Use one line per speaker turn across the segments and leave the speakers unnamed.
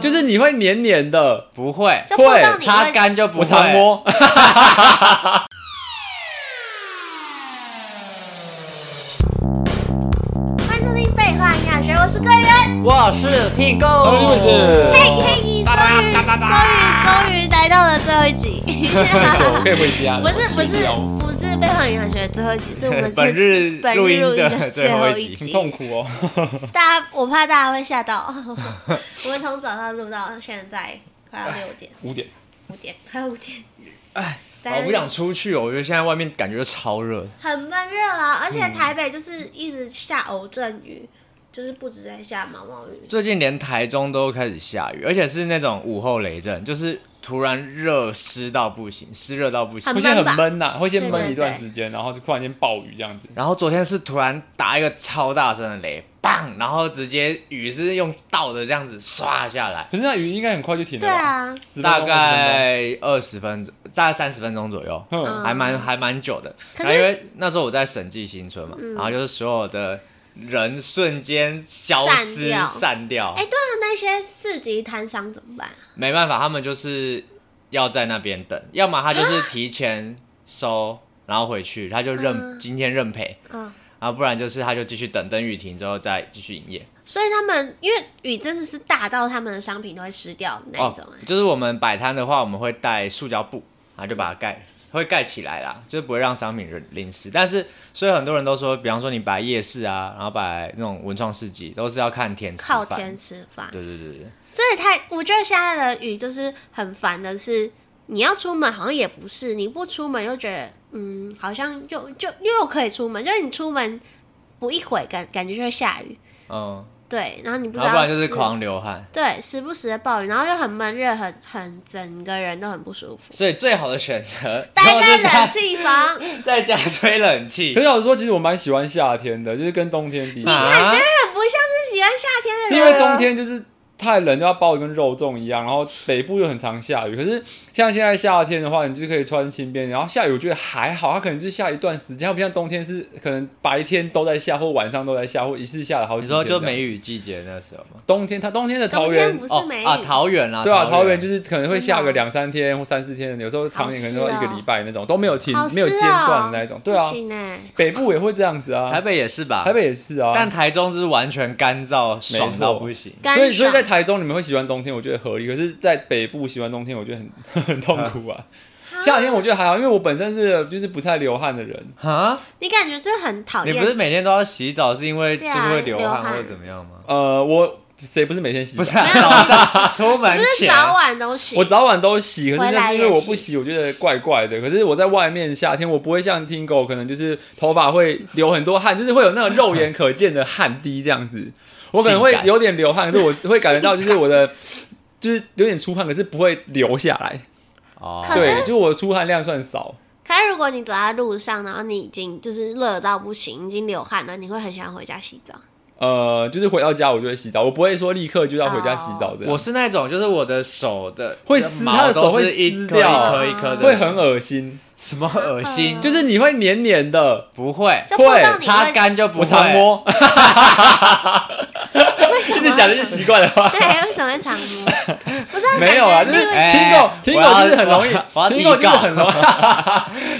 就是你会黏黏的，
不会，
就碰到你
擦
会，
干就不会。
我 常摸。
欢迎收听废话营养学，我是贵人。
我是 T 哥，
我是
嘿嘿，
哒哒哒哒哒
终于终于来到了最后一集，
我可以回家了
不是不
睡
是
觉
不是废话营养学的最后一集，是我们
本日
本日
录
录
音
音
的
的
最
最
后
后
一
一
集
很
集。
痛苦哦。
大家我怕大家会吓 到，我们从早上录到现在快要六点
五点，
五点快要五点，
哎，
大家
我不想出去哦，我觉得现在外面感觉就超热。
很闷热啊，而且
嗯
台北就是一直下偶阵雨，就是不止在下毛毛雨，
最近连台中都开始下雨，而且是那种午后雷阵，就是突然热湿到不行，湿热到不行
很
会
闷。
先很
吧
闷呐，会先
对
闷
对
一段
对
时间，然后就突然间暴雨这样子。
然后昨天是突然打一个超大声的雷，棒，然后直接雨是用倒的这样子刷下来，
可是那雨应该很快就停了吧，
对啊
10分钟
大
20
概二十分钟，大概三十分钟左右。
分钟嗯，
嗯
还蛮还蛮久的。
可
然
是嗯
后因为那时候我在审计新村嘛，然后就是所有的人瞬间消
散
失
掉
散掉
哎、，对啊，那些市集摊商怎么办啊？
没办法，他们就是要在那边等，要么他就是提前 收，然后回去他就认
嗯
今天认赔，
嗯，
然后不然就是他就继续等，等雨停之后再继续营业。
所以他们因为雨真的是大到他们的商品都会湿掉的那一种、哎、
哦就是我们摆摊的话，我们会带塑胶布，然后就把它盖，会盖起来啦，就是不会让商品淋淋湿。但是，所以很多人都说，比方说你摆夜市啊，然后摆那种文创市集，都是要看天吃
靠
饭。
天吃饭。
对对对对，
这也太，我觉得现在的雨就是很烦的是，你要出门好像也不是，你不出门又觉得嗯，好像又就又可以出门，就是你出门不一会感感觉就会下雨，
嗯，
对，然后你不知
然后
道
不然就是
时
狂流汗。
对时不时的暴雨，然后又很闷热，很很整个人都很不舒服。
所以最好的选择 就
待在
是
冷
在
气房，
在家吹冷
可
气
是老实说，其实我蛮喜欢夏天的，就是跟冬天比起来，
啊！
很不像是喜欢夏天的人。
是因为冬天就是太冷，就要包的跟肉粽一样，然后北部又很常下雨。可是像现在夏天的话，你就可以穿轻便，然后下雨我觉得还好，它可能就下一段时间，它不像冬天是可能白天都在下，或晚上都在下，或一次下了好
你
几天这
说
样。
就梅雨季节那时候吗？
冬天，它冬天的桃
冬
园
天不
哦
是没雨、
啊，桃园啊，
对啊，桃
桃
园就是可能会下
真
个
的哦
两三天或三四天，有时候长点可能
好
要
湿哦
一个礼拜那种都没有停
好、哦
没有间断的那一种。对啊
不，行哎、
北部也会这样子啊，
台北也是吧？
台，北也是啊。
但台中是完全干燥，爽到不行。
干
所以，所以
爽
在台中你们会喜欢冬天，我觉得合理。可是，在北部喜欢冬天，我觉得很 很痛苦啊。夏天我觉得还好，因为我本身是就是不太流汗的人。
啊！
你感觉就是很讨
你
厌，
不是每天都要洗澡，是因为就
对
是
啊
会流汗
流汗
或者怎么样吗？
呃，我谁不是每天洗澡？
不是、啊，早上出门
不是
前，
早晚都洗？
啊我早晚都洗，可是
回
那
来
是
也
因为我不洗，我觉得怪怪的。可是我在外面夏天，我不会像听狗，可能就是头发会流很多汗，就是会有那种肉眼可见的汗滴这样 子。我可能会
性感
有点流汗，可是我会感觉到就是我的就是有点出汗，可是不会流下来。
哦，
可是
对，就是我的出汗量算少。
可是如果你走在路上，然后你已经就是热到不行，已经流汗了，你会很想回家洗澡。
呃，就是回到家我就会洗澡，我不会说立刻就要回家洗澡这
哦
样，
我是那种就是我的手的
会撕
毛
他的手
都
会
是一
撕
颗一
掉
颗一颗的，
会很恶心，
什么恶心？
嗯
就是你会黏黏的，
不会，
就碰到你
擦
会
干就不会。
我常摸，
为什
一
么
直
要
讲这些
常
习惯的话。
对，为什么会常摸？不是啊
没有啊，
感
就
觉
是
你会
听狗
哎，
听
我
狗
要
就是很容易
我要，
听狗就是很容易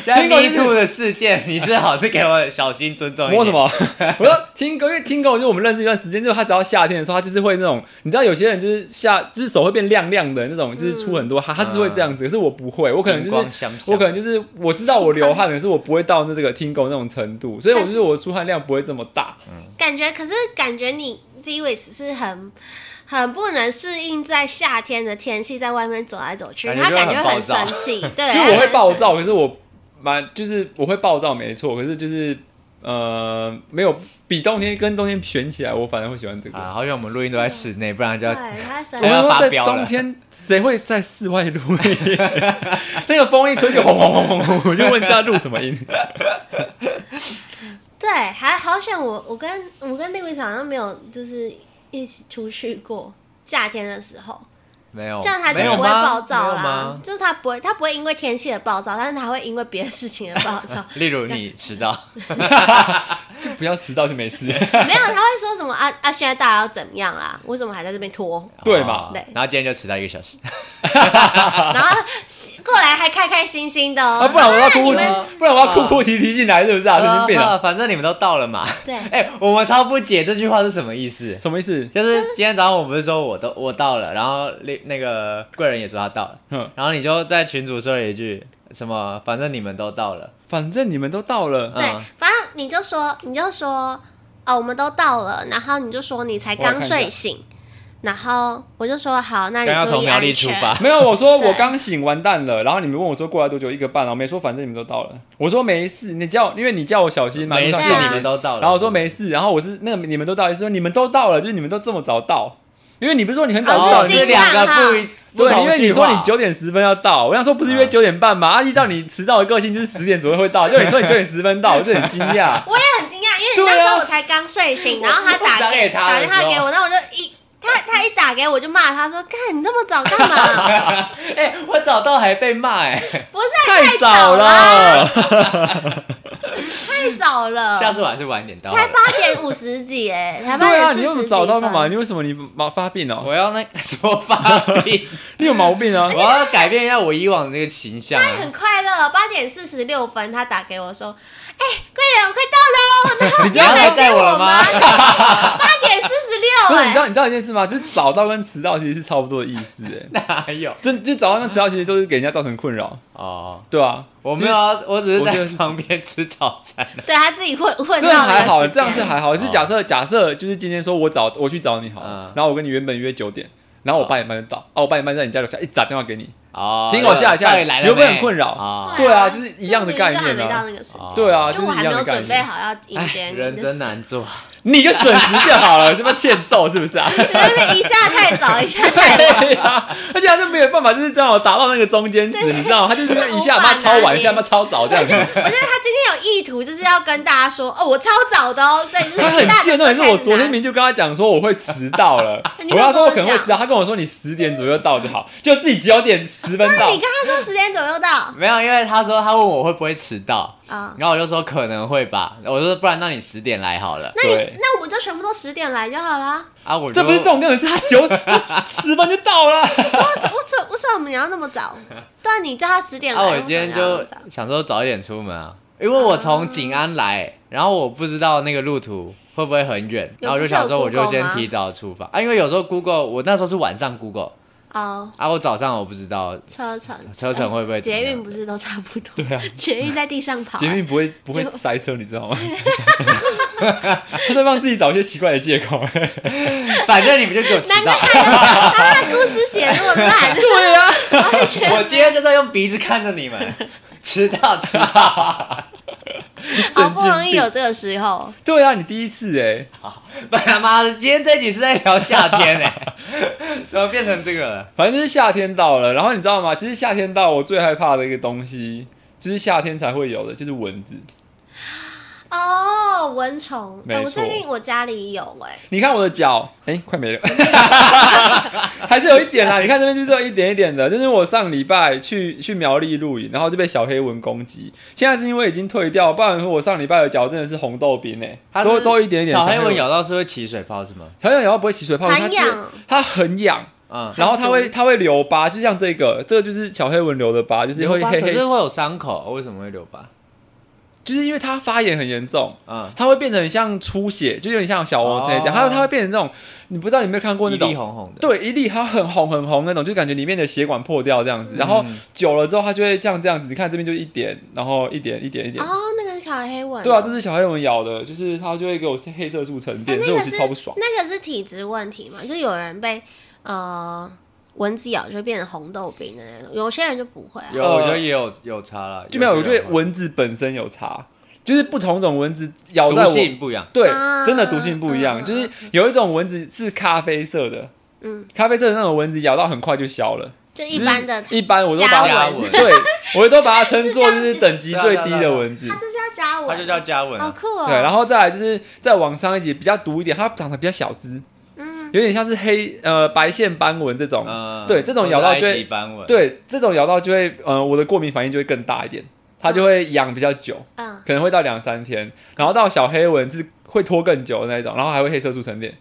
现在
听过就
Me
是
Too 的事件，你最好是给我小心尊重一点。
摸什？么？我说听狗，因为听狗就是我们认识一段时间，就是他只要夏天的时候，他就是会那种，你知道有些人就是夏，就是手会变亮亮的那种，就是出很多汗，他只会这样子。可是我不会，我可能就
荧
是
光香香
我可能就是我知道我流汗，可是我不会到那这个听狗那种程度，所以我就是我出汗量不会这么大。
感觉，可是感觉你 Lewis 是很很不能适应在夏天的天气，在外面走来走去，
感觉
他
就
感
很
觉
暴
很
躁
生气。对，
就是
他
我会
很
暴
生
躁，
气
可是我蛮就是我会暴躁没错，可是就是呃没有比冬天跟冬天选起来，我反而会喜欢这个。
啊，好像我们录音都在室内，不然就要
对，他生
我
我
气
要
们
发
说在
飙了
冬天，谁会在室外录音？那个风一吹就轰轰轰轰轰，我就问他录什么音。
对，还好险我我跟我跟另一场好像没有就是一起出去过，夏天的时候，
没有，
这样他就
哦没有
不会
吗
暴躁
没有
啦
吗。
就是他不会他不会因
。
为天气的暴躁，但是他会因为别的事情的暴躁
例如你迟到，
就不要迟到就没事。
没有，他会说什么啊啊！现在大家要怎样啦？为什么还在这边拖？
对嘛
哦
对
然后今天就迟到一个小时，
然后过来还开开心心的哦。
啊，不然我要哭哭
你们，
不然我要哭哭啼啼进来，是不是啊？
哦
神经病啊！
啊反正你们都到了嘛。
对
哎、我们超不解这句话是什么意思？
什么意思？
就是今天早上我不是说我都我到了，然后那那个贵人也说他到了，
哼，
然后你就在群主说了一句什么，反正你们都到了，
反正你们都到了，
对
嗯，
反正你就说，你就说，哦，我们都到了，然后你就说你才刚睡醒，然后我就说好，那
刚要
你注
从
意
苗
安
栗出
全。
发，
没有，我说
对
我刚醒，完蛋了。然后你们问我说过来多久，一个半，然后没说，反正你们都到了。我说没事，你叫，因为你叫我小心嘛，
没事
路上小心
你们都到了嗯
然后我说没事，然后我是那个你们都到，意思说你们都到了，就是你们都这么早到，因为你不是说你很早就
哦
到，
哦，
你
是。
就
这两个不一不
对，
同
因为你
句
说
话
你九点十分要到，我想说不是约
嗯
九点半嘛，啊，依照你迟到的个性，就是十点左右会到，就你说你九点十分到，我就很惊讶
我也很惊讶，因为你
啊
那时候我才刚睡醒，然后他
我打
打
给他
打
的
电话给
时候
我，那我就一他他一打给我就骂他说，干你这么早干 嘛？
哎、我早到还被骂哎、
不是啊
太
早
早了，
太早了，
下次我还是晚一点到好
才
了。
八点五十几哎，才八
对
点
啊，
四
你
十
为什
几
么早到干嘛？
分。
你为什么你毛发病哦？
我要那 什么发病？
你有毛病啊
我！要改变一下我以往的那个形象、
他
啊。
很快乐，八点四十六分，他打给我说：“哎、贵人，我快到喽！”然后
你知道
来
他载
接
我了
吗
吗？
八点四十
不
六，
是，你知
哎，
道你知道一件事吗？就是早到跟迟到其实是差不多的意思，哎，
哪有？
就就早上跟迟到其实都是给人家造成困扰，
哦，
对啊，
我没有啊，我只是
我觉得
在
是
旁边吃早餐。啊
对他自己混混
这
到
样
那个
还好，
时间
这样是还好。就是
哦
假设假设就是今天说我早我去找你好了
嗯，
然后我跟你原本约九点，然后我八点半就到，哦，我八点半在你家楼下一直打电话给你，
哦，
听我下一下
到底来了没
有没有很困扰
哦
对啊就是一样的概念
就
啊
明明就还没到那个时间
哦
对啊，
就是哎我还没
一样
有
的概
准备
念。
好要迎接
哎
你，
人真难做。
你就准时就好了，是不是欠揍是不是 啊？
你在那边一下太早，一下 太晚，
对呀，而且他就没有办法，就是正好达到那个中间值，你知道吗？他就是一下
无法
妈超
拿
晚，
捏
一下妈超早这样子。
我觉得他今天有意图，就是要跟大家说：“哦，我超早的哦。”所以就是
他很
一大
贱，
早
那也是我
开始
昨天
拿
明就跟他讲说我会迟到 了
你，没
我
有
跟他说我可能
跟我
会
讲
迟到，他跟我说你十点左右到就好，就自己九点十分
那
到
你。跟他说十点左右到啊、
没有，因为他说他问我会不会迟到，然后我就说可能会吧，我说不然那你十点来好了
那你
对
那我们就全部都十点来就好啦。
啊，我就
这不是重点，是他九他十分就到 了。
我我怎我怎么你要那么早？对啊，你叫他十点来，
啊，我
为什
今
么
天
你要那
就
么早
想说早一点出门啊，因为我从景安来，然后我不知道那个路途会不会很远，
有
然后我就想说
不
我
是有
就
Google
先
吗
提早出发啊，因为有时候 Google 我那时候是晚上 Google
哦。
啊，我早上我不知道
车程，
车程会不会
哎
怎
捷
样
运不是都差不多？对
啊，
捷运在地上跑、
捷
哎
运不会不会塞车，你知 道吗？ 他在帮自己找一些奇怪的借口。
反正你们就给我迟
难怪
到。
他他的故事写得那么烂，
对啊 呀，
完全
我今天就是要用鼻子看着你们， 迟到 迟到，
好
神
不容易
经
有
病。
这个时候，
对啊，你第一次哎，
不然妈的，今天这集是在聊夏天 呢、怎么变成这个了？
反正就是夏天到了，然后你知道吗？其实夏天到，我最害怕的一个东西，就是夏天才会有的，就是蚊子。
哦，蚊虫，哎
没
我
错
最近我家里有哎、
你看我 的脚，哎、快没了， 还是有一点啦。你看这边就是有一点一点的，就是我上礼拜去去苗栗露营，然后就被小黑蚊攻击。现在是因为已经退掉，不然我上礼拜的脚真的是红豆冰哎、
它是
都都一点一点
啊小黑蚊，咬到是会起水泡是吗？
小黑蚊咬到不会起水泡，它
很
就
痒
它很痒，
嗯，
然后它
很
会
毒
它会留疤，就像这个，这个就是小黑蚊留的疤，就是会
留疤
黑
可
黑
是，会有伤口，为什么会留疤？
就是因为它发炎很严重。
嗯，
它会变成像出血，就有点像小王车这样，它、
哦
它会变成这种，你不知道你有没有看过那
一
种
粒红红的。
对，一粒它很红很红那种，就感觉里面的血管破掉这样子，然后久了之后它就会这样这样子，你看这边就一点，然后一点一点一点。
哦，那个是小黑蚊哦，
对啊，这是小黑蚊咬的，就是它就会给我黑色素沉
哎
淀，所以
那
我
个
其
是
实超不爽。
那个是体质问题嘛？就有人被呃蚊子咬就会变成红豆冰的那种，有些人就不会啊。
有，
呃
我觉得也有有差了，
就没有，我觉得
蚊
蚊子本身有差，就是不同种蚊子咬在
毒
我，
性不一样。
对
啊，
真的毒性不一样。
嗯
就是有一种蚊子是咖啡色的，
嗯，
咖啡色的那种蚊子咬到很快就消了。
就一般的，
一般我都
加
把它
蚊
对，我都把它称作就是
是这
等级
对
最低
啊对啊对
的
啊
蚊子
它。就是要加
它
蚊，
就叫加蚊啊，
好酷哦。
对，然后再来就是再往上一级比较毒一点，它长得比较小只，
嗯，
有点像是黑呃白线斑纹这种。
嗯，
对这种咬到
或者
就会
是埃及斑蚊，
对，这种咬到就会呃我的过敏反应就会更大一点。它就会养比较久，
嗯，
可能会到两三天，然后到小黑蚊是会拖更久的那一种，然后还会黑色素沉淀。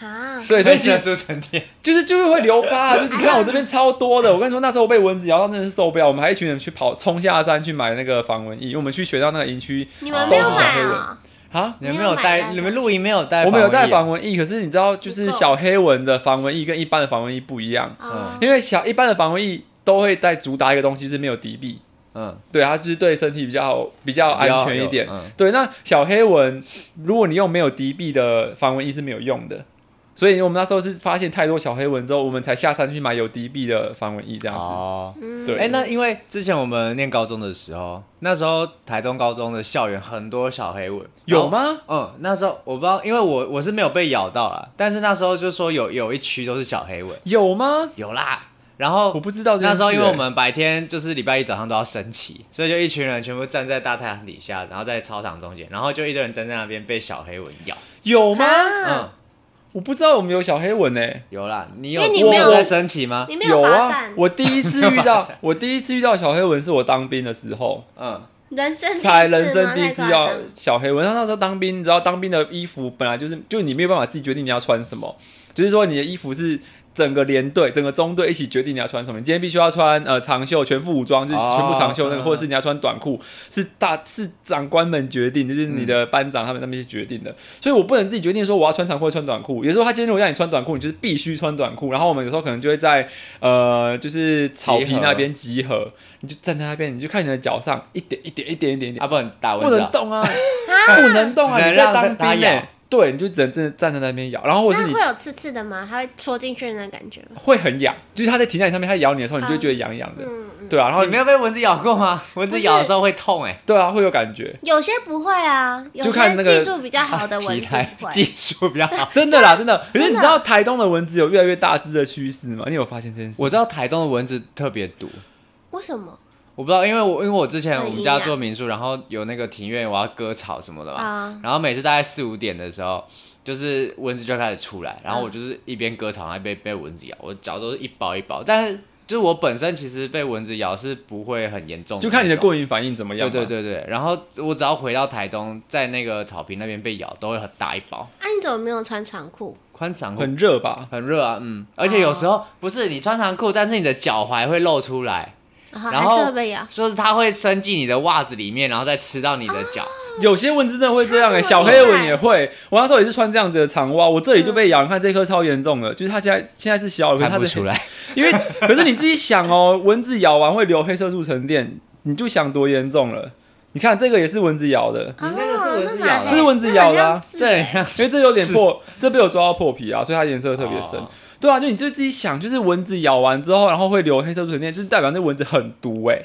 哈，
对，所以其实
是沉淀，
就是就是会留 疤，啊就你看我这边超多的。我跟你说，那时候我被蚊子咬到真的是受不了，我们还一群人去跑冲下山去买那个防蚊液，因为我们去学校那个营区
你们没有
哦都是小
买
黑蚊
啊？
啊。
你们没有带，你们露营没有带，
我们有带
防
防蚊液，可是你知道，就是
不够
小黑蚊的防蚊液跟一般的防蚊液不一样，
哦
因为小一般的防蚊液都会在主打一个东西，就是没有敌避，
蚊液，嗯，
对，它就是对身体比较好比较
比较
安全一点。
有嗯
对，那小黑蚊，如果你用没有敌避的防蚊衣是没有用的，所以我们那时候是发现太多小黑蚊之后，我们才下山去买有敌避的防蚊衣这样子。
哦。
嗯
对
哎、那因为之前我们念高中的时候，那时候台中高中的校园很多小黑蚊，
有？吗？
嗯，那时候我不知道，因为我我是没有被咬到啦，但是那时候就说有有一区都是小黑蚊，
有吗？
有啦。然后
我不知道这件
那
事
时候因为
欸
我们白天就是礼拜一早上都要升旗，所以就一群人全部站在大太阳底下，然后在操场中间，然后就一堆人站在那边被小黑蚊 咬。
有吗？
啊
嗯，
我不知道我们有小黑蚊呢、
有啦，你
因
有
为你
没有
有在升旗吗？
你没
有
罚
啊
站，，
我第一次遇到，我第一次遇到小黑蚊是我当兵的时候，
嗯，
人生第一次吗
才人生第一次
太夸
要
张
小黑蚊。那那时候当兵，你知道当兵的衣服本来就是，就你没有办法自己决定你要穿什么，就是说你的衣服是整个连队、整个中队一起决定你要穿什么。你今天必须要穿呃长袖全副武装，就是
哦
全部长袖那
嗯
个，或者是你要穿短裤，是大是长官们决定，就是你
嗯
的班长他们那边去决定的。所以我不能自己决定说我要穿长裤还是穿短裤。有时候他今天如果让你穿短裤，你就是必须穿短裤。然后我们有时候可能就会在呃就是草
集
皮
合
那边集合，你就站在那边，你就看你的脚上一点一点一点一点一点。
啊，不能打蚊
不
子、
能
啊，
动啊，不能动啊！
只能
你在
让
当兵
他
呢、
咬
对，你就只能真的站在那边咬，然后或者是
那
你
会有刺刺的吗？它会戳进去的那感觉吗？
会很痒，就是它在停在你上面，它咬你的时候，你就会觉得痒痒的，
嗯嗯，
对啊，然后
你没有被蚊子咬过吗？蚊子咬的时候会痛哎、
对啊，会有感觉，
有些不会啊，有
就看
些
那个
技术比较好的
欸，
蚊
体
子
态
不
技
会。
术比较好。
真的啦，真的。可是
真
你
的啊
知道台东的蚊子有越来越大只的趋势吗？你有发现这件事？
我知道台中的蚊子特别毒，
为什么
我不知道，因为我因为我之前
很
我们
营
家
养
做民宿，然后有那个庭院，我要割草什么的嘛，
啊
然后每次大概四五点的时候，就是蚊子就开始出来，然后我
嗯
就是一边割草，还被被蚊子咬，我脚都是一包一包，但是就是我本身其实被蚊子咬是不会很严重的那种，
就看你的过敏啊反应怎么样
对
嘛。
对对对，然后我只要回到台东，在那个草坪那边被咬，都会很大一包，
啊？你怎么没有穿长裤？
宽长裤
很热吧？
很热啊，嗯，而且有时候不是你穿长裤，但是你的脚踝会露出来，
然后
然
啊还
后
是会被咬。
就是它会伸进你的袜子里面，然后再吃到你的脚。
有些蚊子真的会这样哎、
它这
小
么
黑
厉害
蚊也会。我那时候也是穿这样子的长袜，我
嗯
这里就被咬，你看这颗超严重的，就是它现在现在是小的，可是它
看不
的
出来，
因为可是你自己想哦，蚊子咬完会留黑色素沉淀，你就想多严重了。你看这个也是蚊子咬的，
你那个是
哦
蚊子
那蛮
咬的
黑
这是蚊子咬
那很
的啊
像刺欸
样
因为这有点破，这被我抓到破皮啊，所以它颜色特别深。
哦
对啊，就你就自己想，就是蚊子咬完之后，然后会留黑色素沉淀，就是代表那蚊子很毒哎、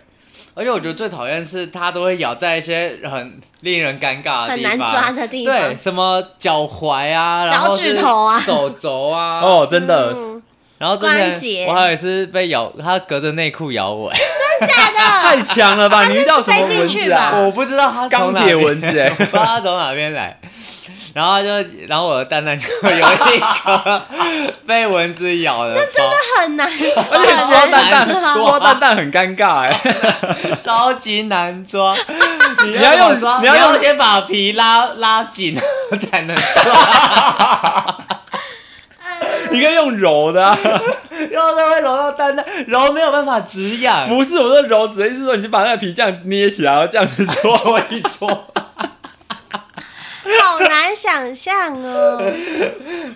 而且我觉得最讨厌是它都会咬在一些很令人尴尬的
很
地方，
难抓的地
对，
方。
什么脚踝啊，然后是
脚趾头啊
手肘啊，
哦，真的，
嗯
然后之
关节
前我还有一次被咬，它隔着内裤咬 我，
假的，
太强了吧！你遇到什么
啊塞进
蚊
去
子啊
吧？
我不知道它
钢
从哪
铁
边
蚊子 哎、
我不知道它从哪边来，然后它就然后我的蛋蛋就有一个 被蚊子咬的包，
很难，而且
抓
很
蛋
难
蛋，
抓
抓蛋蛋很尴尬哎、
超级难 抓。你
要用
怎么抓
你
你
要用
先把皮拉拉紧才能 抓，
你可以用揉的、啊，
然后它会揉到蛋蛋，揉没有办法止痒。
不是我说揉，只是说你就把那个皮这样捏起来，然后这样子搓一搓。
好难想象哦。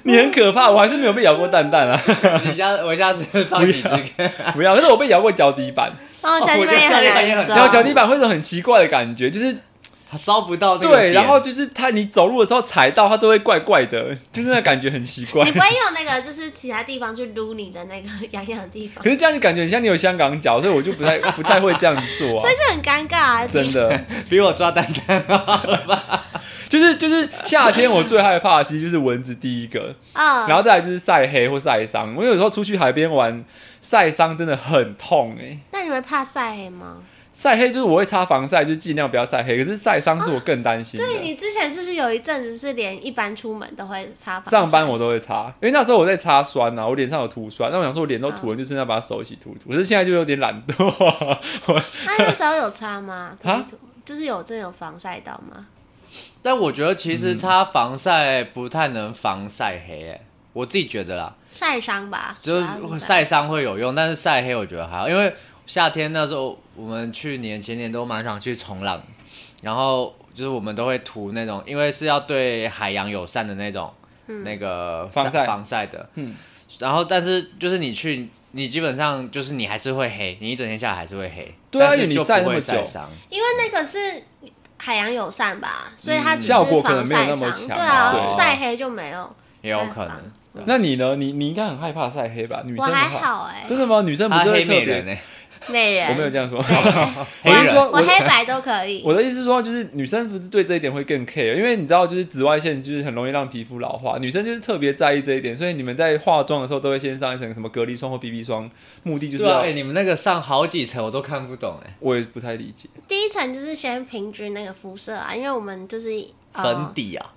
你很可怕，我还是没有被咬过 蛋蛋啊，
你下我下次放几只给
啊
不要。可是我被咬过脚底板，
哦，脚底板也很难
哦
然
抓
后。脚底板会有很奇怪的感觉，就是
他，烧不到那个
对，
点
然后就是它你走路的时候踩到它都会怪 怪的，就是那感觉很奇怪
你。不会用那个，就是其他地方去撸你的那个痒痒的地方
可，是这样就感觉很像你有香港脚，所以我就不太 不太会这样做啊
所以。就很尴尬啊。
真的，
比我抓蛋蛋
就是就是夏天我最害怕的其实就是蚊子第一个，
嗯，
然后再来就是晒黑或晒伤。我有时候出去海边玩，晒伤真的很痛哎、
那你会怕晒黑吗？
晒黑就是我会擦防晒，就是尽量不要晒黑。可是晒伤是我更担心的。
对啊哎你之前是不是有一阵子是连一般出门都会擦防晒？啊
上班我都会擦，因为那时候我在擦酸啊呐、我脸上有涂酸，那我想说我脸都
嗯
涂了，就剩下把手洗涂一涂。可是现在就有点懒惰，
那那时候有擦吗？
啊
就是有真的有防晒到吗？
但我觉得其实擦防晒不太能防晒黑、欸，我自己觉得啦，
晒伤吧，
就
主
是
要晒
晒伤会有用，但是晒黑我觉得还好，因为夏天那时候我们去年前年都蛮想去冲浪，然后就是我们都会涂那种，因为是要对海洋友善的那种、
嗯
那个
防晒
防晒的，
嗯
然后但是就是你去，你基本上就是你还是会黑，你一整天下来还是会黑，
对啊
但是
因为你
就
晒
不
那
会
么
晒
久
伤。
因为那个是海洋友善吧，所以它只是
嗯效果可
防
能没有
晒
那
伤
么，
对
强
啊，
对
晒黑就没有。
也有可能。
那你呢？你你应该很害怕晒黑吧？女
我
生的
还
话
好 哎、
真的吗？女生不
他
是会
黑
特
美
别
人呢、？欸
美人，
我没有这样说。
黑
我是
人
说，
我黑白都可以。
我的意思是说，就是女生不是对这一点会更 care，因为你知道，就是紫外线就是很容易让皮肤老化，女生就是特别在意这一点，所以你们在化妆的时候都会先上一层什么隔离霜或 BB 霜，目的就是
对啊，
要。
哎、你们那个上好几层我都看不懂哎、
我也不太理解，
第一层就是先平均那个肤色啊，因为我们就是、呃、
粉底啊，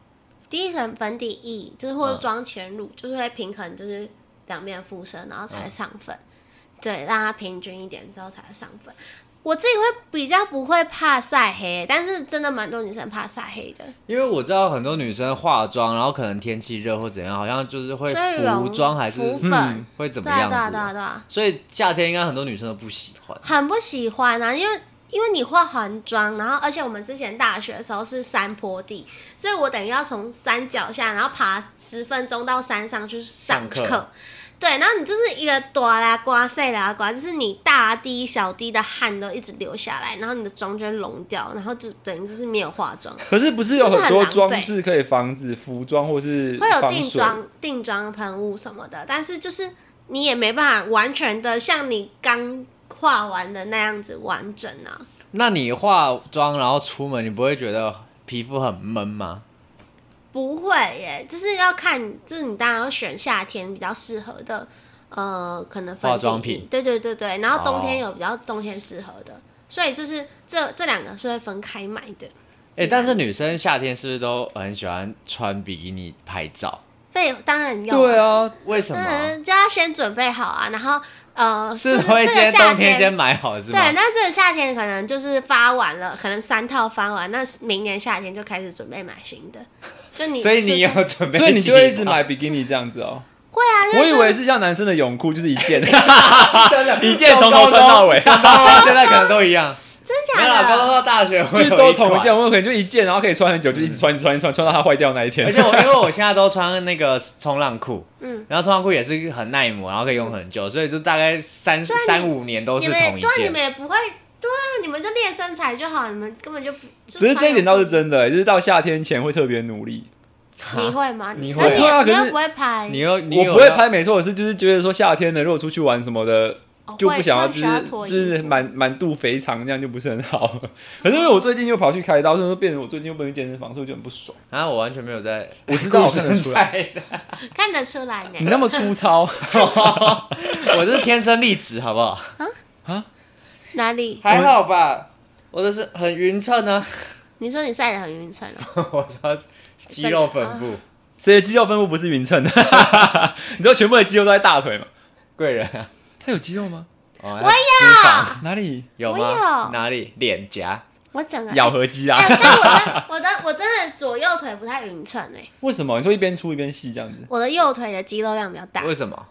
第一层粉底液，就是或者
嗯
妆前乳，就是会平衡就是两面肤色，然后才上粉，对，让它平均一点之后才会上粉。我自己会比较不会怕晒黑，但是真的蛮多女生怕晒黑的，
因为我知道很多女生化妆，然后可能天气热或怎样，好像就是会
所以容
服妆还是
浮粉，
嗯
会怎么
对啊
样
对啊对啊
子。
对啊，
所以夏天应该很多女生都不喜欢。
很不喜欢啊，因为因为你化韩妆，然后而且我们之前大学的时候是山坡地，所以我等于要从山脚下，然后爬十分钟到山上去上
上课
对，然后你就是一个哆啦呱塞啦呱，就是你大滴小滴的汗都一直流下来，然后你的妆就会溶掉，然后就等于就是没有化妆，
可是不是有
就是
很
很
多
狼狈
装饰可以防止服装或是
会有
防
定
水？
妆定妆喷雾什么的，但是就是你也没办法完全的像你刚化完的那样子完整啊。
那你化妆然后出门，你不会觉得皮肤很闷吗？
不会耶，就是要看，就是你当然要选夏天比较适合的，呃，可能粉底
化妆品，
对对对对，然后冬天
哦
有比较冬天适合的，所以就是这这两个是会分开买的。
哎、但是女生夏天是不是都很喜欢穿比基尼拍照？
费当然要，
对，啊，
为什
当
么？
然就要先准备好啊，然后呃，
是
这
会
这个
先
夏
冬天先买好是吗？
对，那这个夏天可能就是发完了，可能三套发完，那明年夏天就开始准备买新的，就你
所以你有
就是
准备，啊
所以你就会一直买，比基尼这样子哦。
会啊，因
我以
这
为是像男生的泳裤，就是一件 一
一
件从头穿 到尾，
现在可能都一样。
真
没
假
有
的
啦，高中到大学
就
会
是
有
都同一
款
件，我有可能就一件，然后可以穿很久，就一直穿一直穿一直穿，穿到它坏掉那一天
而。且我因为我现在都穿那个冲浪裤，
嗯
然后冲浪裤也是很耐磨，然后可以用很久，所以就大概三
所以你
三五年都
你
是
们也
同一
对啊，你
件
们。也不会对啊，你们就练身材就好，你们根本就不。就
只是这一点倒是
穿
真的、欸，就是到夏天前会特别努力。
泳裤。你会吗？
你
可
会
是
啊
你
可
又
是
不会拍，
你又你
我
有
不会
要
拍，没错，我是就是觉得说夏天的，如果出去玩什么的，
哦
就
会
不想要，
会
就
需
是
脱衣服
就是满满肚肥肠，这样就不是很好。可是因为我最近又跑去开刀，所以说变成我最近又不能去健身房，所以我就很不爽。
啊，我完全没有在，
我知道我看得 出来，
来，
看得出来呢。
你那么粗糙，
我是天生丽质，好不 好？
哪里？
还好吧，我的是很匀称呢。
你说你晒得很匀称哦，
我说肌肉粉布，
谁的肌肉分布不是匀称的？ 你知道全部的肌肉都在大腿吗？
贵人啊，
他有肌肉吗？
我有
哪里？
有
我
吗？
有
哪里？脸颊。
我整个
咬。合肌啊
哎？哎但我的我的我真的左右腿不太匀称哎，
为什么？你说一边粗一边细这样子？
我的右腿的肌肉量比较大，
为什么？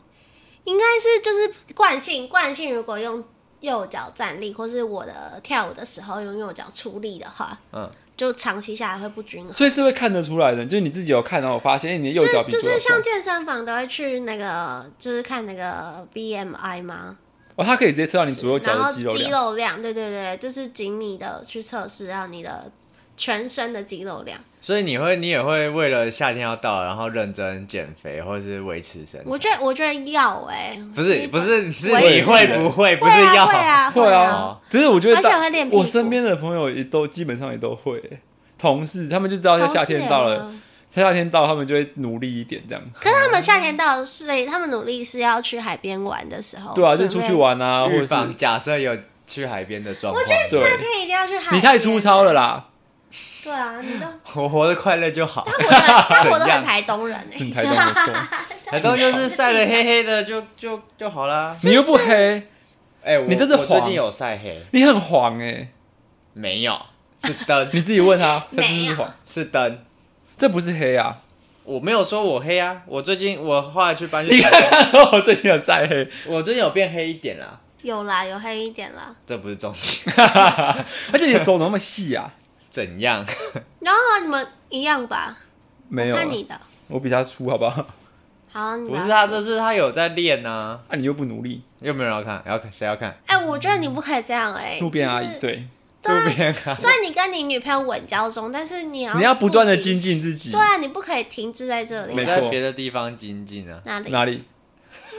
应该是就是惯性惯性。如果用右脚站立，或是我的跳舞的时候用右脚出力的话，
嗯，
就长期下来会不均衡。
所以是会看得出来的，就是你自己有看，然后我发现，哎，你的右脚比
就
左
是
脚
像
宽
健身房都会去那个，就是看那个 BMI 吗？
哦，它可以直接测到你左右脚
然后
的肌肉量。
肉量，对对对，就是仅你的去测试，让你的全身的肌肉量。
所以你会，你也会为了夏天要到了，然后认真减肥或是维持身材。
我觉得我觉得要哎、
不是不是是
我也
你
是
会不会不
会
是要
啊会啊
会
啊
啊，只是我觉得
而且
大
会练屁股
我身边的朋友也都基本上也都会、欸同事他们就知道要夏天到
同
了
事，也会啊
夏天到他们就会努力一点这样。
可是他们夏天到是，他们努力是要去海边玩的时候，
对啊，就
准
是出
备
去。玩啊，或
预
者是
防假设有去海边的状
我
况。
觉得夏
对
天一定要去海边。
你太粗糙了。啦，
对啊，你都啊
我活得快乐就好。
他活得他活得
怎
很
样
台东人哎、
你台东的松，
海东就是晒得黑黑的就就就好啦。
你又不黑，
哎、我
你真的
我最
黄
近有晒黑，
你很黄哎、
没有， 是灯，
你自己问啊他，他是不
没
是
有
黄？
是灯。
这不是黑啊！
我没有说我黑啊，我最近我后来去搬去
你，看他说我最近有晒黑，
我最近有变黑一点啦，
有啦，有黑一点啦。
这不是重点，
而且你手怎么那么细啊？
怎样？
然后你们一样吧？
没有啊，
看你的，
我比他粗，好不好？
好，你
不
要
是他，
说
这是他有在练呐、啊，
啊，你又不努力，
又没有人要看，要看谁要看？
哎、我觉得你不可以这样哎、
路边阿
就
姨
是。
对，
路
对啊
边啊，
虽然你跟你女朋友稳交中，但是你要
你要不断的
顾及
精进自己
对。啊，你不可以停滞在这
我
没
里。
错
在别的地方精进啊。
哪里？
哪里？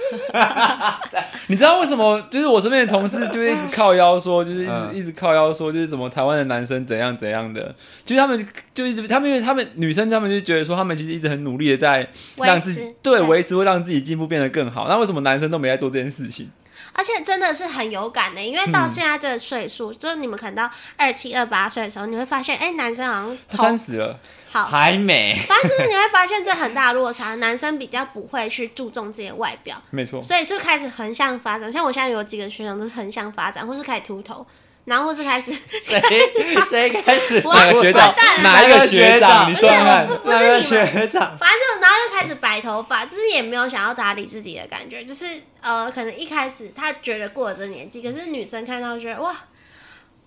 你知道为什么？就是我身边的同事就是一直靠腰说，就是一直、
嗯
一直靠腰说，就是什么台湾的男生怎样怎样的，就是他们就就一直他们因为他们女生他们就觉得说他们其实一直很努力的在
维
让自
持
己对
对
维持会让自己进步变得更好，那为什么男生都没在做这件事情？
而且真的是很有感的，因为到现在这个岁数，就是你们可能到二七二八岁的时候，你会发现，哎、男生好像
他
头
三十了，
好，
还没，
反正就是你会发现这很大的落差，男生比较不会去注重自己的外 表，
没错，
所以就开始横向发展。像我现在有几个学长都是横向发展，或是开始秃头，然后或是开始，
谁谁开始？
哇
哪个学长
完蛋了？
哪一个学长？你
不
算算看，
不
哪
是
个
你们
学长？
反正然后又开始白头发，就是也没有想要打理自己的感觉，就是呃，可能一开始他觉得过了这个年纪，可是女生看到觉得哇。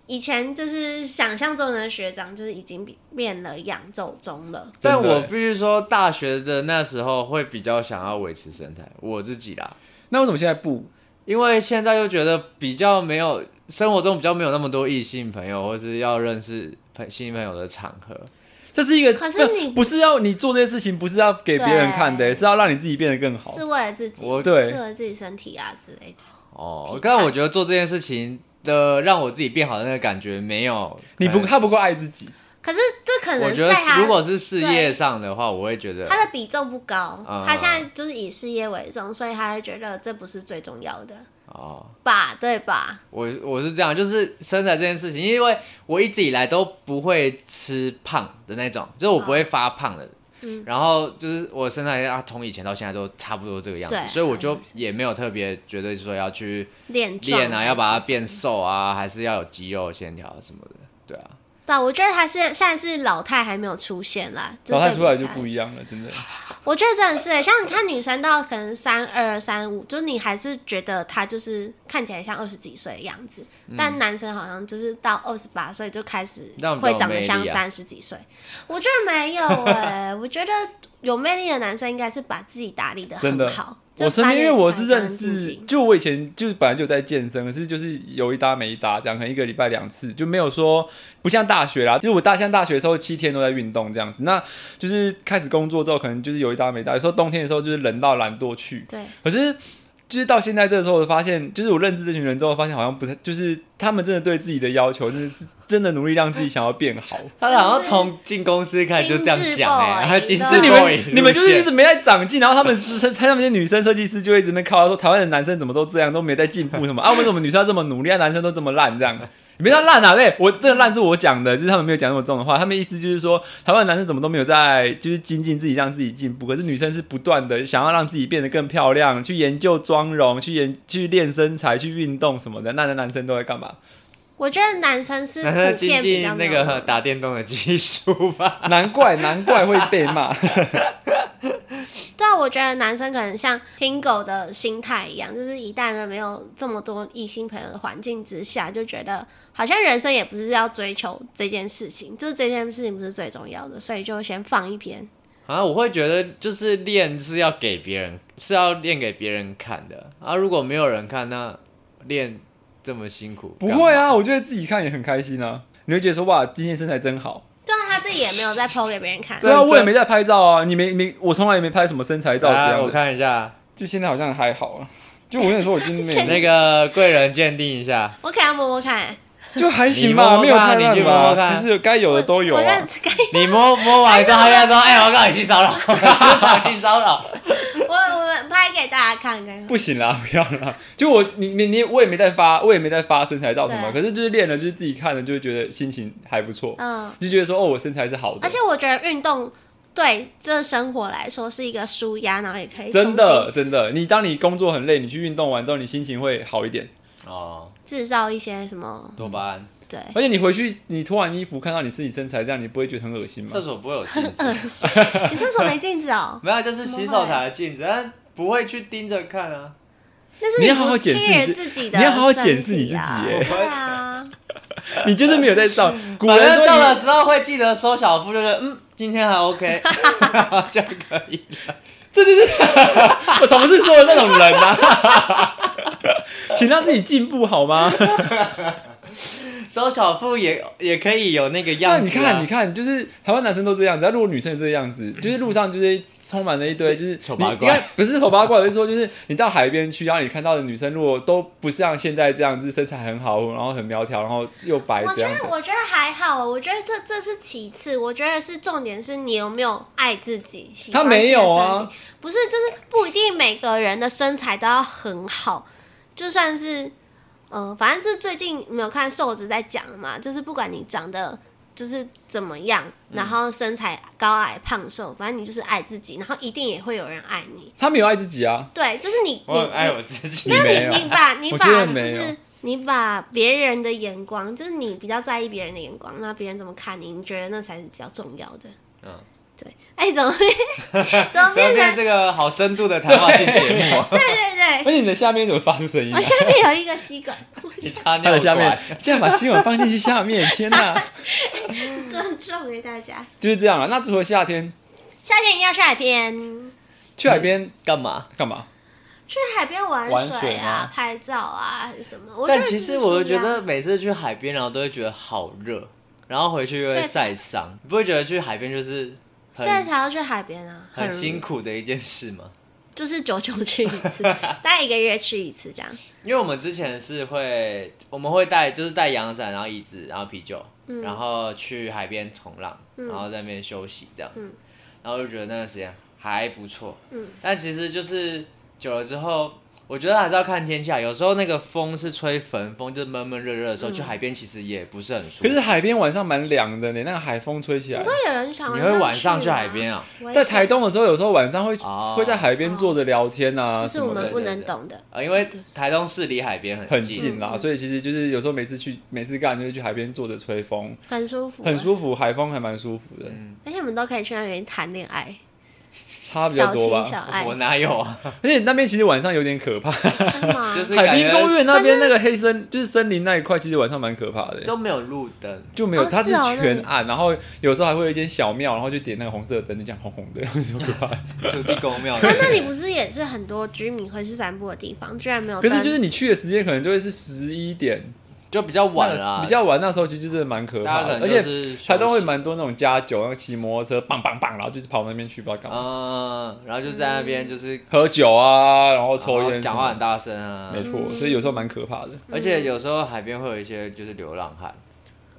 以前就是想象中的学长，就是已经变了样皱中了。
但
真的
我必须说，大学的那时候会比较想要维持身材，我自己啦，
那为什么现在不？
因为现在就觉得比较没有生活中比较没有那么多异性朋友，或是要认识朋新朋友的场合。
这是一个，
可是你
不不是要你做这些事情，不是要给别人看的，
对
是要让你自己变得更好。
是为了自己，
我
对
是为了自己身体啊之类的。
哦
体，态
但我觉得做这件事情的让我自己变好的那个感觉没有。
你不
可能
他不够爱自己，
可是这可
我
能
觉得
在他
如果是事业上的话，我会觉得
他的比重不高，
啊
他现在就是以事业为重，所以他会觉得这不是最重要的
哦，
吧，对吧？
我我是这样，就是身材这件事情，因为我一直以来都不会吃胖的那种，就是我不会发胖的。
嗯
然后就是我身材啊，从以前到现在都差不多这个样子
对，
所以我就也没有特别觉得说要去
练壮
练啊，要把它变
瘦。
瘦啊，还是要有肌肉线条什么的，对啊。
对啊，我觉得他是现在是老态还没有出现啦，
然后他出来就
一
不一样了，真的。
我觉得真的是欸，像你看女生到可能三二三五，就你还是觉得她就是看起来像二十几岁的样子，
嗯
但男生好像就是到二十八岁就开始
那比较
会
有
长得
魅力
像
啊
三十几岁。我觉得没有哎、我觉得有魅力的男生应该是把自己打理的
真的
很好。就
我身
把
边因
你
为我
打扮
是认
干
识
净，
就我以前就是本来就有在健身，可是就是有一搭没一搭，这样可能一个礼拜两次，就没有说不像大学啦，就是我大像大学的时候七天都在运动这样子，那就是开始工作之后，可能就是有一搭没一搭，有时候冬天的时候就是冷到懒惰去，
对，
可是就是到现在这个时候，我发现就是我认识这群人之后，发现好像不太，就是他们真的对自己的要求，真的是真的努力让自己想要变好。
他好像从进公司开始就这样讲哎、他
精
精
致
致
boy，
就你
boy
们
路
你们就是一
线
直没在长进，然后他们只是他们那些女生设计师就一直在那边靠他说台湾的男生怎么都这样，都没在进步什么 啊？为什么女生要这么努力，啊男生都这么烂这样？你别说烂啊！对我这个烂是我讲的，就是他们没有讲那么重的话。他们意思就是说，台湾的男生怎么都没有在就是精进自己，让自己进步。可是女生是不断的想要让自己变得更漂亮，去研究妆容，去研去练身材，去运动什么的。那那男生都在干嘛？
我觉得男生是
男生
普
精
遍比较
进
没
那
有
个打电动的技术吧。
难怪难怪会被骂。
对啊，我觉得男生可能像听狗的心态一样，就是一旦呢没有这么多异性朋友的环境之下，就觉得好像人生也不是要追求这件事情，就是这件事情不是最重要的，所以就先放一边。
啊，我会觉得就是练是要给别人，是要练给别人看的啊。如果没有人看，那练这么辛苦，
不会
干嘛，
啊，我觉得自己看也很开心啊。你会觉得说哇，今天身材真好。
对啊，他自己也没有再剖给别人看。
对啊，
对
我也没在拍照啊，你没没，我从来也没拍什么身材照这
来、
样
啊我
的，
看一下
就现在好像还好啊。就我跟你说，我今天没有，
那个贵人鉴定一下，
我给他摸摸看，
就还行
你摸摸
吧，
看
没有太
你去
烂
摸摸
吧，
看
还是该有的都有
我我
啊
认。真看，
你 摸摸完之后，他就说：“哎、我告你性骚扰，职场性骚扰。
我我拍拍给大家看看。
不行啦，不要啦！就我你你你，我也没在发，我也没在发身材照什么，可
对
是就是练了，就是自己看了，就会觉得心情还不错，
嗯，
就觉得说哦，我身材是好的，
而且我觉得运动对这生活来说是一个舒压，然后也可以
真的真的，你当你工作很累，你去运动完之后，你心情会好一点，
哦，
重新制造一些什么
多巴胺，
对。
而且你回去你脱完衣服看到你自己身材这样，你不会觉得很恶心吗
厕？所不会有镜子，
你厕所没镜子哦？
没有，就是洗手台的镜子，但不会去盯着看啊。
但是
你要
不
好好检视
care
你自
自己的、
你要好好检视你自己耶
对啊，
你就是没有在照，古
反
人
正
说
到的
你
时候会记得收小腹，就是嗯，今天还 OK，就可以。
这就是 我同事说的那种人啊， 请让自己进步好吗？
收小腹也也可以有那个样
那
子、啊。
你 看，你看，就是台湾男生都这样子，那如果女生也这个样子，就是路上就是充满了一堆，就是
丑
你
八
应
怪
该不是嗯丑八怪，我是说，就是你到海边去，然后你看到的女生，如果都不像现在这样，就是身材很好，然后很苗条，然后又白
我
这
觉
样子
得，我觉得还好，我觉得这这是其次，我觉得是重点是你有没有爱自己，喜欢
他没有啊
自己的身体，不是就是不一定每个人的身材都要很好，就算是。嗯、反正就是最近没有看瘦子在讲嘛，就是不管你长得就是怎么样，然
嗯
后身材高矮胖瘦，反正你就是爱自己，然后一定也会有人爱你。
他没有爱自己啊，
对，就是你，
我
你
很爱
你
我自己
你。没有
你把你
我
把
觉得
就
没有
是你把别人的眼光，就是你比较在意别人的眼光，那别人怎么看你，你觉得那才是比较重要的。
嗯，
对。哎、怎么会 怎么
不要
变
变
成
这个好深度的谈话性节目、啊，
对对
哎而且你的下面怎么发出声音、
对，
啊
我？下面有一个吸管，
你插
他
尿
的下面
管，
竟然把新闻放进去下面，天哪，
尊重给大家。
就是这样啊。那除了夏天，
夏天一定要去海边，
去海边
干嘛？
干嘛？
去海边玩
玩
水
水
啊
吗、
拍照啊还是什么。我觉
但
得
其实
是
我
舒啊
觉
压
得每次去海边，然后都会觉得好热，然后回去又
所
会
以
晒伤。你不会觉得去海边就是
现在
很
才要去海边啊，
很辛
苦，
苦的一件事吗？
就是久久去一次，大概一个月去一次 这样。
因为我们之前是会，我们会带就是带阳伞，然后椅子，然后啤酒，
嗯
然后去海边冲浪，然后在那边休息这样子，然后就觉得那段时间还不错。
嗯，
但其实就是久了之后，我觉得还是要看天气啊。有时候那个风是吹焚风，就是闷闷热热的
嗯
时候，去海边其实也不是很舒服。
可是海边晚上蛮凉的呢，那个海风吹起来。
会有人想
你会晚上
去
去
吗
海边啊？
危
在
险
台东的时候，有时候晚上会、
哦
啊
会在海边坐着聊天啊
这哦
什
是我
么的，
们不能懂的。
啊，因为台东市离海边很
很
近，
近啦，
嗯
所以其实就是有时候每次去每次干就是去海边坐着吹风，
很舒服，
很舒服，海风还蛮舒服的。
嗯，
而且我们都可以去那边谈恋爱，
差比较
小
多
情
吧，
小爱
我，哪有
哎
啊？
而且那边其实晚上有点可怕，
干 嘛？
就是
海滨
感觉
公园那边那个黑森就是森林那一块，其实晚上蛮可怕的，
都没有路灯，
就没有
哦
它
是哦那里
全暗，然后有时候还会有一间小庙，然后就点那个红色的灯，就这样红红的，很 可怕。
土地公庙。
那那里不是也是很多居民会去散步的地方，居然没有
可
灯？
是就是你去的时间可能就会是十一点
就比较晚
那
啦，
个比较晚那时候其实真的蛮可
大
怕
家可
的，
能
而
就
且
是
台东会
买，
蛮多那种加酒，然后骑摩托车，棒棒棒，然后就是跑那边去，不知道干嘛，
嗯，然后就在那边就是
喝酒啊，然后抽
然后
烟，
讲话很，大声啊
没，错，
嗯
所以有时候蛮可怕的。
而且有时候海边会有一些就是流浪汉，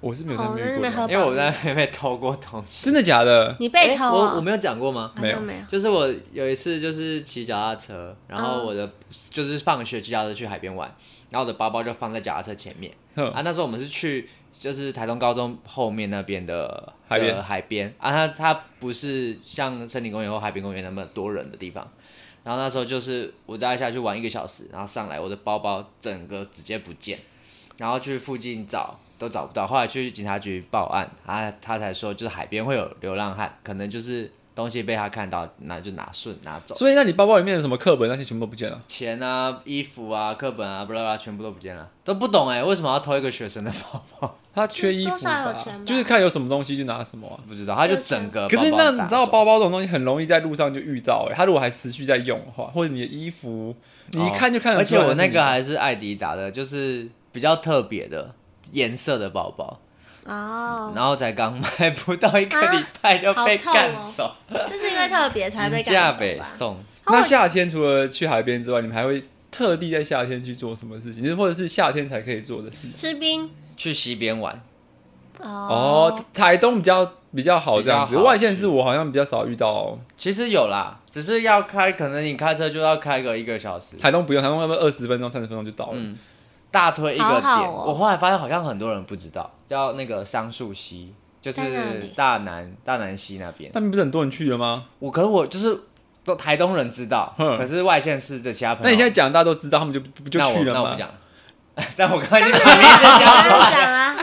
我是没有在那
哦在
边
那
过
边
的，
喝
因为我在那边被偷过东西，
真的假的？
你被偷
诶我我
啊？
没有讲过吗？
好
没有
像没有，
就是我有一次就是骑脚踏车，然后我的、
嗯
就是放学骑脚踏车去海边玩，然后我的包包就放在脚踏车前面。
哼
啊，那时候我们是去就是台东高中后面那边的
海边
的海边啊，它它不是像森林公园或海滨公园那么多人的地方。然后那时候就是我大概下去玩一个小时，然后上来我的包包整个直接不见，然后去附近找都找不到，后来去警察局报案，啊，他才说就是海边会有流浪汉，可能就是东西被他看到，那就拿顺拿走，
所以那你包包里面的什么课本那些全部都不见了？
钱啊、衣服啊、课本啊，不啦不啦，全部都不见了，都不懂哎、为什么要偷一个学生的包包？
他缺衣服吧，
多少有钱吧
就是看有什么东西就拿什么啊。
不知道，他就整个包包
可是那你
打
知道
走
包包这种东西很容易在路上就遇到、欸，他如果还持续在用的话，或者你的衣服，你一看就看得
哦而
出
且
来。
我那个，还是艾迪达的，就是比较特别的颜色的包包，
哦，
然后才刚买不到一个礼拜就被
啊哦
干走，
就是因为特别才 被
价
赶走
北
吧？
送。
那夏天除了去海边之外，你们还会特地在夏天去做什么事情？就是或者是夏天才可以做的事情？
吃冰
去西边玩，
哦
哦，，
台东比较比较好这样子，
比较好
外县市我好像比较少遇到、
其实有啦，只是要开，可能你开车就要开个一个小时，
台东不用，台东要不二十分钟、三十分钟就到了。
嗯，大推一个点。
好好哦
我后来发现好像很多人不知道，叫那个桑树溪，就是
在哪里
大南大南溪那边。
那边不是很多人去了吗？
我可是我就是都台东人知道，
哼
可是外县市的其他朋友，
那你现在讲，大家都知道，他们就不不就
哎那我
去了
那我不
吗？
讲了， 但我刚刚已经
刚刚讲 啊，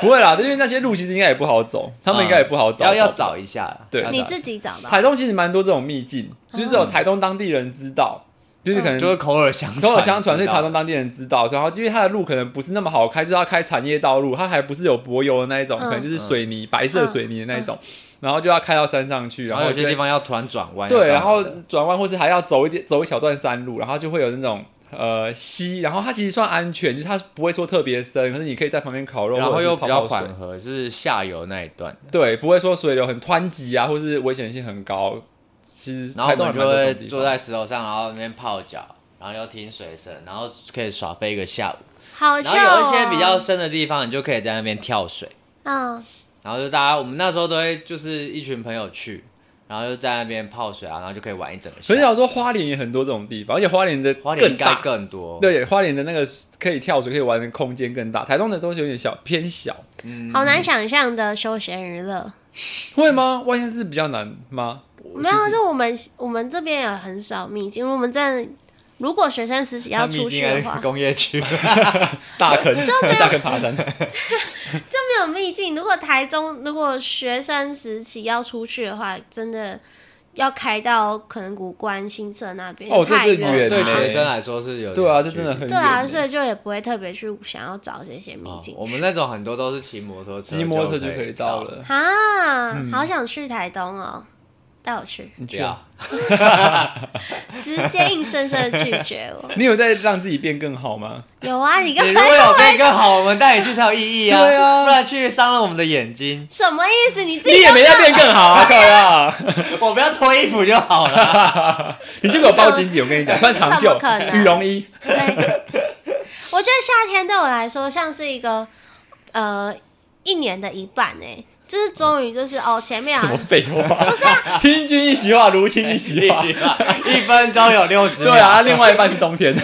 不会啦，因为那些路其实应该也不好走，他们应该也不好找，
嗯要要
不到
找一下啦。
对
要
你
找
自己找吧。
台东其实蛮多这种秘境，就是只
嗯
有台东当地人知道，就是可能
就是口耳相
口耳相 传，所
知
以
道
台东当地人知道。然后因为它的路可能不是那么好开，就是要开产业道路，它还不是有柏油的那一种，
嗯
可能就是水泥、白色水泥的那一种，然后就要开到山上去，
然
然
后
后
有
就
些
会
地方要突然转弯，
对，
要
然
干嘛
后
的
转弯或是还要走一点走一小段山路，然后就会有那种。呃，溪，然后它其实算安全，就是它不会说特别深，可是你可以在旁边烤肉，
然后又
或
比
者是
较
泡泡水
缓和，是下游那一段。
对，不会说水流很湍急啊，或是危险性很高。其实
然后
台
我
东
们
有
就
蛮多
会
种地
坐
方
在石头上，然后那边泡脚，然后又听水声，然后可以耍飞一个下午。
好笑、
然
哦。
后有一些比较深的地方，你就可以在那边跳水。
嗯，
然后就大家，我们那时候都会就是一群朋友去，然后就在那边泡水啊，然后就可以玩一整个下
可是
午。
要说花莲也很多这种地方，而且花莲的
花莲应
更
该
大，
更多，，
对，花莲的那个可以跳水、可以玩的空间更大。台东的都是有点小偏小，
嗯好难想象的休闲娱乐。
会吗？外县市比较难吗？
没有，啊就我们我们这边也很少秘境。我们真的，如果学生时期要出去的话，就
工业区，
大坑，大坑爬山，
没有秘境。如果台中，如果学生时期要出去的话，真的要开到可能古关新社那边，
哦这
太
这
远
远
对
对
了。
学生来说是有点
对啊，这
距
真的
离
很
对啊，
远
所
欸。
以就也不会特别去想要找这些秘
哦
境去。
我们那种很多都是骑摩托车，
骑摩托车就可以到。了。
啊，好想去台东哦，带我去，
你
不
去啊，
要，
直接硬生生的拒绝我。
你有在让自己变更好吗？
有啊，你
你
跟
如果有这个好，我们带你去才有意义啊！
对啊
不然去伤了我们的眼睛。
什么意思？你自
你
己
也
都
没
知道
在变更好 啊，对啊，
我不要脱衣服就好 了。
你就给我包紧紧，我跟你讲， 穿长
怎么
袖
可能、
羽绒衣，
对， 我觉得夏天对我来说像是一个呃一年的一半哎、就是终于就是哦前面
什
好
么
像
废话？听君一席话，如听一席 话。
一分钟有六十秒。
对啊，，另外一半是冬天。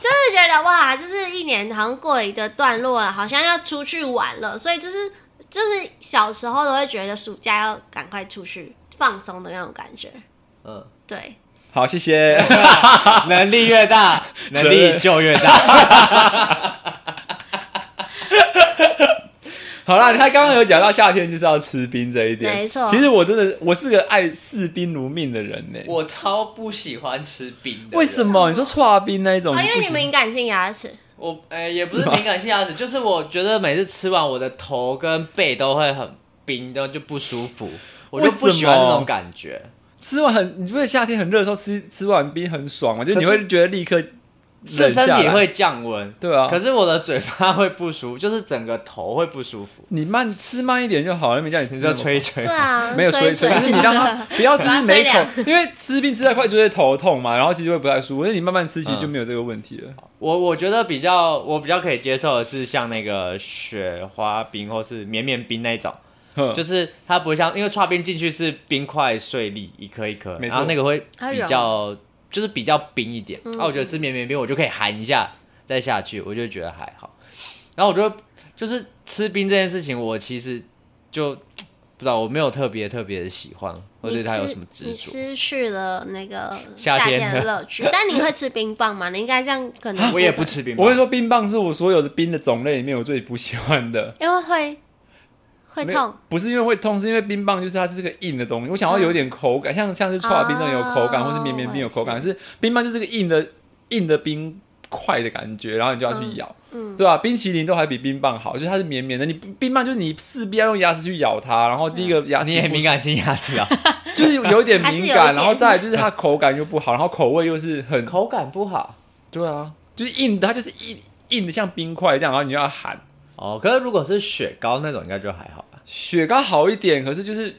就是觉得哇，就是一年好像过了一个段落了，好像要出去玩了，所以就是就是小时候都会觉得暑假要赶快出去放松的那种感觉，
嗯，
对，
好，谢谢。
能力越 大，能力就越大。
好啦，他刚刚有讲到夏天就是要吃冰这一点，
没错
其实我真的我是个爱视冰如命的人呢、
我超不喜欢吃冰的
为什？么？你说搓冰那一种，
啊、因为
不
你
行
敏感性牙齿，
我呃也不是
是吗
敏感性牙齿，就是我觉得每次吃完我的头跟背都会很冰，然后就不舒服。我就不
为什么
喜欢那种感觉，
吃完很，你不是夏天很热的时候吃吃完冰很爽吗？就是你
可是
会觉得立刻
是
冷
身
下
体
来。
会降温，
对啊，
可是我的嘴巴会不舒服，就是整个头会不舒服。
你慢吃慢一点就好了，没叫你吃
你
那
就
么
吹一吹
对，啊，
没有
吹
吹吹，就是你让 它不要就是每一口
把它，
因为吃冰吃太快就会头痛嘛，然后其实会不太舒服。因为你慢慢吃，其实就没有这个问题了。
我我觉得比较我比较可以接受的是像那个雪花冰或是绵绵冰那种，
哼
就是它不会像因为刨冰进去是冰块碎粒一颗一颗，
没错
然后那个会
它
比
软
较就是比较冰一点。那、
嗯
我觉得吃绵绵冰我就可以含一下再下去，我就觉得还好。然后我觉得就是吃冰这件事情，我其实就不知道我没有特别特别的喜欢，我
你
对它有
吃
什么执
你
着。
失去了那个
夏
夏
天
天的乐 趣。但你会吃冰棒吗？你应该这样，可能
我也不吃冰棒，
我 会说，冰棒是我所有的冰的种类里面我最不喜欢的。
因为会会
没有
痛，嗯
不是因为会痛，是因为冰棒就是它是个硬的东西，我想要有点口感，像像是串冰这种有口感，
哦
或是绵绵冰有口
我
感，是冰棒就是个硬的硬的冰块的感觉，然后你就要去咬，
嗯
对吧、冰淇淋都还比冰棒好，就是它是绵绵的，你冰棒就是你势必要用牙齿去咬它，然后第一个牙齿
你也
不
敏，感性 牙齿啊，
就是有一点
嗯还是有
敏
一点
感，然后再来就是它口感又不好，然后口味又是很
口感不好。
对啊，就是硬的，它就是硬硬的像冰块这样，然后你就要喊。
哦，可是如果是雪糕那种，应该就还好吧。
雪糕好一点，可是就是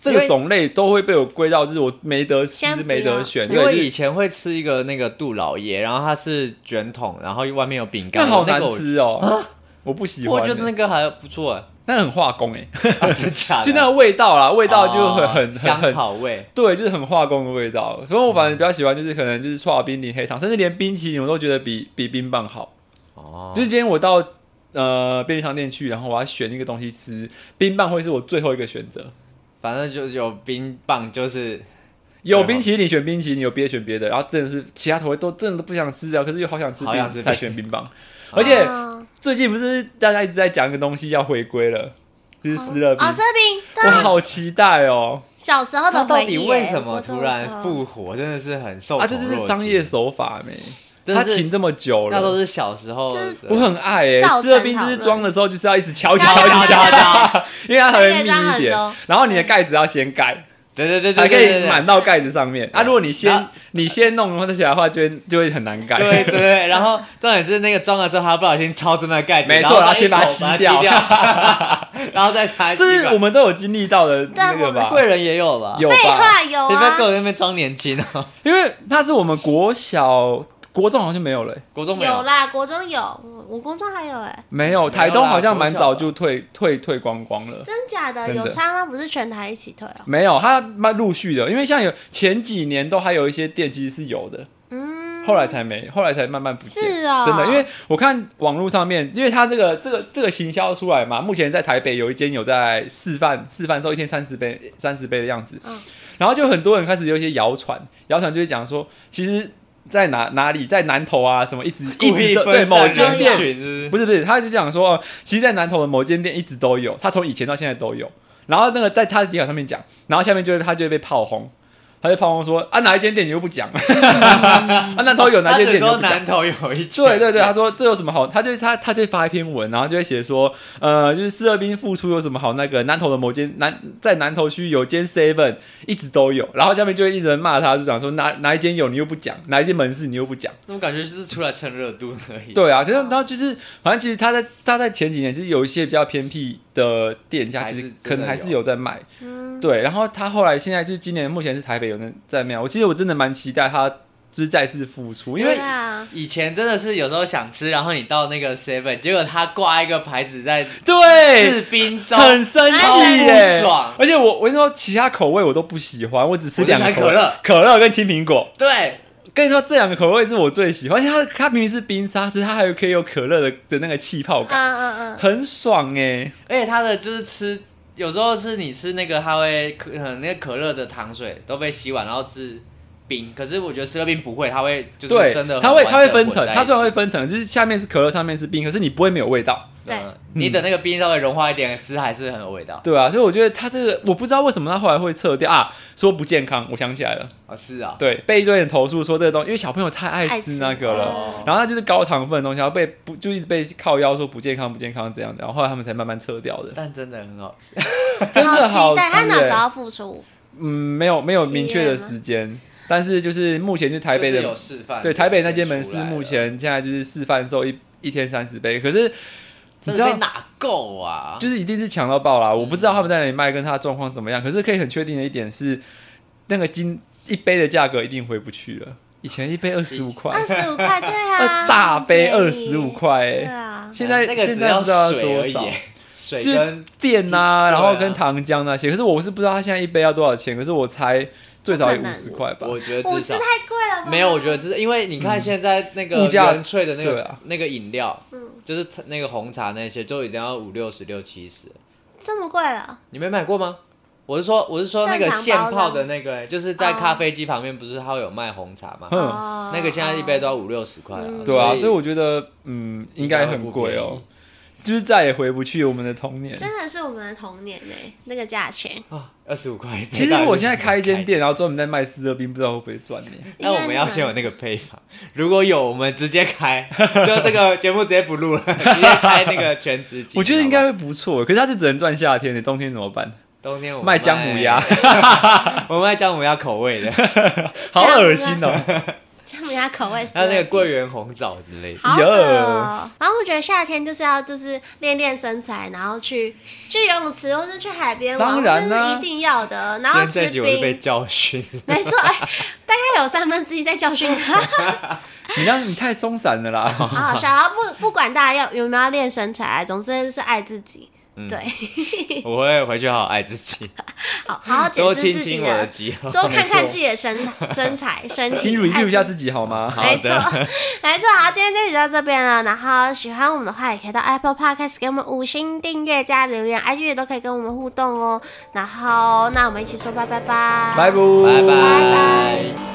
这
因
个
为
种类都会被我归到，就是我没得吃
先不，要
没得选，
因为
对，
以
就是
前会吃一个那个杜老爷，然后它是卷筒，然后外面有饼干，
那好
那
难
个我。啊
吃哦，我不喜欢欸。
我觉得那个还不错哎，
那很化工哎、
啊真的 假的？
就那个味道啦，味道就很
哦
很很
香
很
草味，
对，就是很化工的味道。所以我反正比较喜欢，就是可能就是刨冰淋黑糖，甚至连冰淇淋我都觉得比比冰棒好。
哦，
就是今天我到呃便利商店去，然后我要选一个东西吃，冰棒会是我最后一个选择。
反正就是有冰棒，就是
有冰淇淋选冰淇淋，有别选别的，然后真的是其他口味都真的都不想吃啊，可是又好想吃
好想吃冰
冰才选冰棒。
啊
而且
哦
最近不是大家一直在讲一个东西要回归了，就是湿乐冰
哦，，色饼，对，
我好期待哦！
小时候
它
的
到
回
底
忆耶。
为什
国
么
中
突
的
然
时候？
复活？真的是很受
啊，
宠
这就
若
是
惊
商业手法没，
但
他
是
请这么久
那都
了。
是小时候
就是
的，
我很爱哎、欸，
造成
湿乐冰就
讨
是
论
装的时候就是要一直敲，一直
敲
敲，一直
敲
敲
敲敲，
因为它才
而
会
且
密
这样
一
很
点
多。
然后你的盖子要先盖，
对对对对，
还可
对
以满到盖子上面啊！
对
如果你先
那
你先弄的话，它起来的话就会就会很难盖。
对对对对对。然后重点是那个装了之后，他不小心超出那个盖子，
没
然
错然
后
后先把它
它
吸
吸
掉
然后再擦。
这是我们都有经历到的那
但
个
我
吧
们？
贵人也有吧？
有
废
吧？
话有
你不要
啊
跟，我在那边装年轻哦，
因为它是我们国小、国中好像就没有了欸、
国中没
有啦，国中有，我我国中还有哎，
没有台东好像蛮早就退退退光光了。
真假的
真的
有差吗？不是全台一起退哦。
没有，它蛮陆续的，因为像有前几年都还有一些店其实是有的，
嗯，
后来才没，后来才慢慢不见。
是啊，
真的，因为我看网络上面，因为它这个这个这个行销出来嘛，目前在台北有一间有在示范示范，售一天三十杯三十杯的样子，
嗯
然后就很多人开始有一些谣传，谣传就是讲说，其实在哪哪里在南投啊什么一直一
故
直
意
都
分
对某
散
间
人
店
群是不
不是不是，他就讲说，哦其实，在南投的某间店一直都有，他从以前到现在都有。然后那个在他的底稿上面讲，然后下面就会他就会被炮轰，他就炮轰说啊哪一间店你又不讲， 啊南投有
是
哪
他
间
只
店你又
说
不讲。
南头有一间，
对对对，他说这有什么好？他就他他就会发一篇文，然后就会写说，呃，就是四二兵付出有什么好？那个南投的某间南在南投区有间 Seven 一直都有，然后下面就会一直骂他，就讲说哪哪一间有你又不讲，哪一间门市你又不讲。
那我感觉就是出来蹭热度而已。
对啊，可是然后就是，反正其实他在他在前几年，其实有一些比较偏僻的店家，
还
其
是
实
真的
可能还是
有
有在卖。
嗯
对，然后他后来现在就是今年目前是台北有人在卖，我其实我真的蛮期待他就是再次复出，因为
对啊，
以前真的是有时候想吃，然后你到那个 Seven，结果他挂一个牌子在
对
制冰中，
哎很生气
哎
耶、
不爽
而且我我跟你说，其他口味我都不喜欢，我只吃
我就
两个
喜欢
口味
可乐，
可乐跟青苹果。
对，
跟你说，这两个口味是我最喜欢，而且它它明明是冰沙，可是它还有可以有可乐的的那个气泡
嗯
感，
嗯嗯，
很爽哎、
而且他的就是吃，有时候是你吃那个他会可能那个可乐的糖水都被吸完，然后是冰，可是我觉得吃乐冰不会，他会就是
对，
真的很
它会
完整
它会分层
混，在一起
它虽然会分层，就是下面是可乐，上面是冰，可是你不会没有味道，
对
嗯你等那个冰稍微融化一点，吃还是很有味道。
对啊，所以我觉得它这个我不知道为什么它后来会撤掉啊，说不健康，我想起来了，
哦，是啊，
对，被一堆人投诉说这个东西，因为小朋友太爱
爱
吃
吃
那个了。
哦
然后它就是高糖分的东西，然后被不就一直被靠腰说不健康不健康这样子，然后后来他们才慢慢撤掉的，
但真的很好吃。
真的
期
好吃、
待他哪时候
欸。
要复出？
嗯，没有没有
七
明确
月
的
吗
时间，但是就是目前就台北的
就是有示范，
对台北那间门市目
先
前现在就是示范售一一天三十杯，可是你
出来了真
知
的
道
被哪够啊？
就是一定是抢到爆啦！我不知道他们在哪里卖，跟他状况怎么样。可是可以很确定的一点是，那个金一杯的价格一定回不去了。以前一杯二十五块，
二十五块，对啊，
二 大杯
很
二
哎便宜
十五，块
对
哎，
啊，
现在
那个
现
只
在
要
不知道要
水
多
而已
少。
水
就是
哎跟
店
对
呐、
啊
然后跟糖浆那些，可是我是不知道他现在一杯要多少钱，可是我猜最少也
不可
五
能
十块吧。
我觉得
五
至
十
少
太贵了吧？
没有，我觉得就是因为你看现在那
物
个
价
原萃的那
对
个、
啊
那个饮料，
嗯
就是它那个红茶那些，都一定要五六十六七十。
这么贵了，
你没买过吗？我是说，我是说那个
正常
现
包
泡
装
的那个、就是在
哦
咖啡机旁边，不是它有卖红茶吗？
嗯
哦
那个现在一杯都要五六十块
嗯
了。
对啊，所以我觉得嗯，应该很贵哦、就是再也回不去我们的童年。
真的是我们的童年哎，那个价 钱。
啊，二十五块。
其实如果现在开一间
店。
店，然后专门在卖四热冰，不知道会不会赚呢、
那我们要先有那个配方，如果有，我们直接开，就这个节目直接不录了，直接开那个全职集。
我觉得应该
好
会不错，可是它就只能赚夏天的，冬天怎么办？
不好冬天我们
卖姜母鸭，，
我们卖姜母鸭口味的，
好恶心哦、
姜母鸭口 味丝，
还有那个桂圆红枣之类的。
好
哟
恶哦、然后我觉得夏天就是要就是练练身材，然后去去游泳池或是去海边玩，
当然
这
啦
是一定要的。
啊今
然后
天这
吃
一集我是被
冰，
教训，
没错，哎，大概有三分之一在教训 他。
你让你太松散了啦。
啊，小孩不不管大家要有没有要练身材，总之就是爱自己。
嗯
对，
我会回去好好爱自己，
好好好检
多
视
亲
自己
亲我的
的，
肌肉。
多看看
没错
自己的身身材、身体
请 review 一
爱
下
自己
自己好吗？
好
没错
的，
没错。好，今天这集就到这边了。然后喜欢我们的话，也可以到 Apple Podcast 给我们五星订阅加留言，IG 也都可以跟我们互动哦。然后，那我们一起说拜拜吧，
拜拜，
拜
拜拜
拜。